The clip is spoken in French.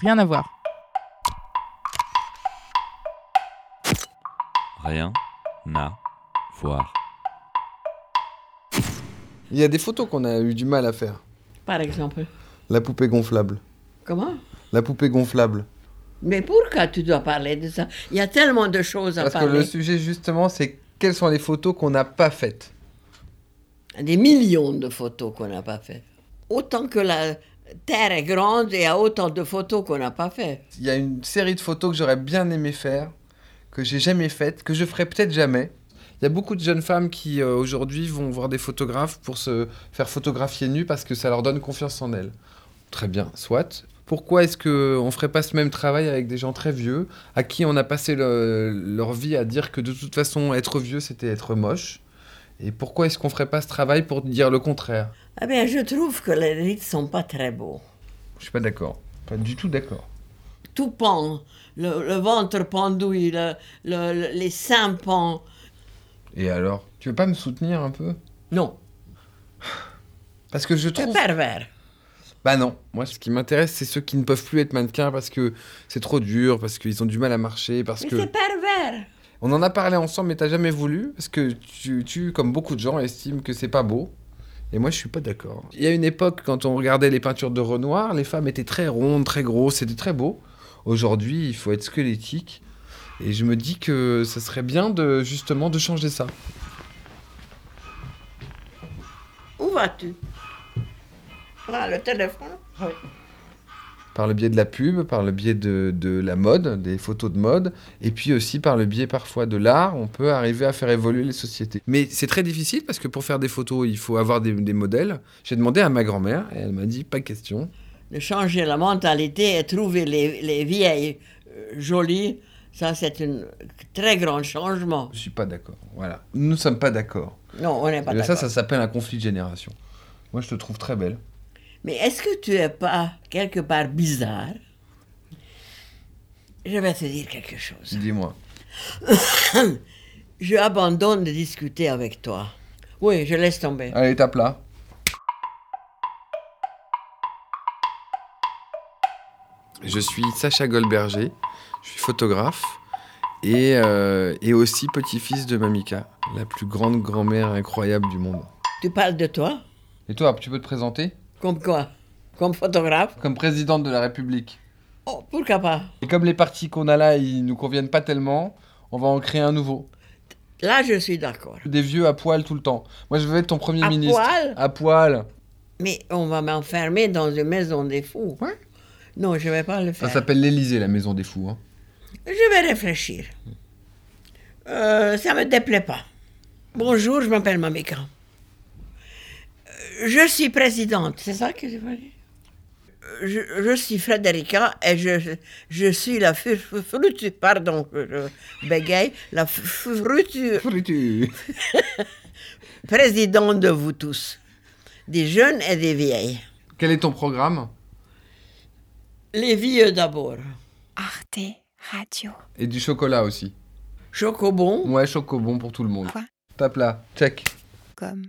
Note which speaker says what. Speaker 1: Rien à voir.
Speaker 2: Rien n'a voir.
Speaker 3: Il y a des photos qu'on a eu du mal à faire.
Speaker 4: par exemple.
Speaker 3: La poupée gonflable.
Speaker 4: Comment
Speaker 3: La poupée gonflable.
Speaker 4: Mais pourquoi tu dois parler de ça Il y a tellement de choses à
Speaker 3: Parce que
Speaker 4: parler.
Speaker 3: le sujet, justement, c'est quelles sont les photos qu'on n'a pas faites.
Speaker 4: Des millions de photos qu'on n'a pas faites. Autant que la Terre est grande, il y a autant de photos qu'on n'a pas faites.
Speaker 3: Il y a une série de photos que j'aurais bien aimé faire, que j'ai jamais faites, que je ferai peut-être jamais. Il y a beaucoup de jeunes femmes qui euh, aujourd'hui vont voir des photographes pour se faire photographier nues parce que ça leur donne confiance en elles. Très bien, soit. Pourquoi est-ce qu'on ne ferait pas ce même travail avec des gens très vieux, à qui on a passé le- leur vie à dire que de toute façon être vieux c'était être moche Et pourquoi est-ce qu'on ne ferait pas ce travail pour dire le contraire
Speaker 4: Eh bien, je trouve que les rites sont pas très beaux.
Speaker 3: Je suis pas d'accord. Pas du tout d'accord.
Speaker 4: Tout pend, le, le ventre pendouille, le- le- le- les seins pendent.
Speaker 3: Et alors Tu veux pas me soutenir un peu
Speaker 4: Non,
Speaker 3: Parce que je
Speaker 4: c'est
Speaker 3: trouve.
Speaker 4: pervers.
Speaker 3: Bah non. Moi, ce qui m'intéresse, c'est ceux qui ne peuvent plus être mannequins parce que c'est trop dur, parce qu'ils ont du mal à marcher, parce
Speaker 4: Mais
Speaker 3: que.
Speaker 4: c'est pervers.
Speaker 3: On en a parlé ensemble, mais t'as jamais voulu, parce que tu, tu, comme beaucoup de gens, estiment que c'est pas beau. Et moi, je suis pas d'accord. Il y a une époque, quand on regardait les peintures de Renoir, les femmes étaient très rondes, très grosses, c'était très beau. Aujourd'hui, il faut être squelettique. Et je me dis que ça serait bien de justement de changer ça.
Speaker 4: Où vas-tu Ah, le téléphone
Speaker 3: par le biais de la pub, par le biais de, de la mode, des photos de mode, et puis aussi par le biais parfois de l'art, on peut arriver à faire évoluer les sociétés. Mais c'est très difficile parce que pour faire des photos, il faut avoir des, des modèles. J'ai demandé à ma grand-mère et elle m'a dit pas question.
Speaker 4: de changer la mentalité et trouver les, les vieilles euh, jolies, ça c'est un très grand changement.
Speaker 3: Je suis pas d'accord. Voilà. Nous ne sommes pas d'accord.
Speaker 4: Non, on n'est pas
Speaker 3: Et Ça,
Speaker 4: d'accord.
Speaker 3: ça s'appelle un conflit de génération. Moi, je te trouve très belle.
Speaker 4: Mais est-ce que tu es pas quelque part bizarre Je vais te dire quelque chose.
Speaker 3: Dis-moi.
Speaker 4: Je abandonne de discuter avec toi. Oui, je laisse tomber.
Speaker 3: Allez, tape là. Je suis Sacha Goldberger, je suis photographe et, euh, et aussi petit-fils de Mamika, la plus grande grand-mère incroyable du monde.
Speaker 4: Tu parles de toi
Speaker 3: Et toi, tu peux te présenter
Speaker 4: Comme quoi Comme photographe
Speaker 3: Comme présidente de la République.
Speaker 4: Oh, pourquoi pas
Speaker 3: Et comme les partis qu'on a là, ils nous conviennent pas tellement, on va en créer un nouveau.
Speaker 4: Là, je suis d'accord.
Speaker 3: Des vieux à poil tout le temps. Moi, je veux être ton premier
Speaker 4: À
Speaker 3: ministre.
Speaker 4: poil
Speaker 3: À poil
Speaker 4: Mais on va m'enfermer dans une maison des fous. hein?
Speaker 3: Ouais.
Speaker 4: Non, je ne vais pas le
Speaker 3: Ça
Speaker 4: faire.
Speaker 3: s'appelle l'Élysée, la maison des fous. hein.
Speaker 4: Je vais réfléchir. Euh, ça me déplaît pas. Bonjour, je m'appelle Mamika. Euh, Je suis présidente, c'est ça que je veux dire Euh, je, je suis Frédérica et je, je suis la fu- fu- fruitu- pardon, que je bégaye, la fu- fu- fruitu- présidente de vous tous, des jeunes et des vieilles.
Speaker 3: Quel est ton programme
Speaker 4: Les vieux d'abord.
Speaker 5: Arte Radio.
Speaker 3: Et du chocolat aussi.
Speaker 4: Chocobon.
Speaker 3: Ouais, chocobon pour tout le monde.
Speaker 5: Quoi
Speaker 3: Tape là, check.
Speaker 5: Comme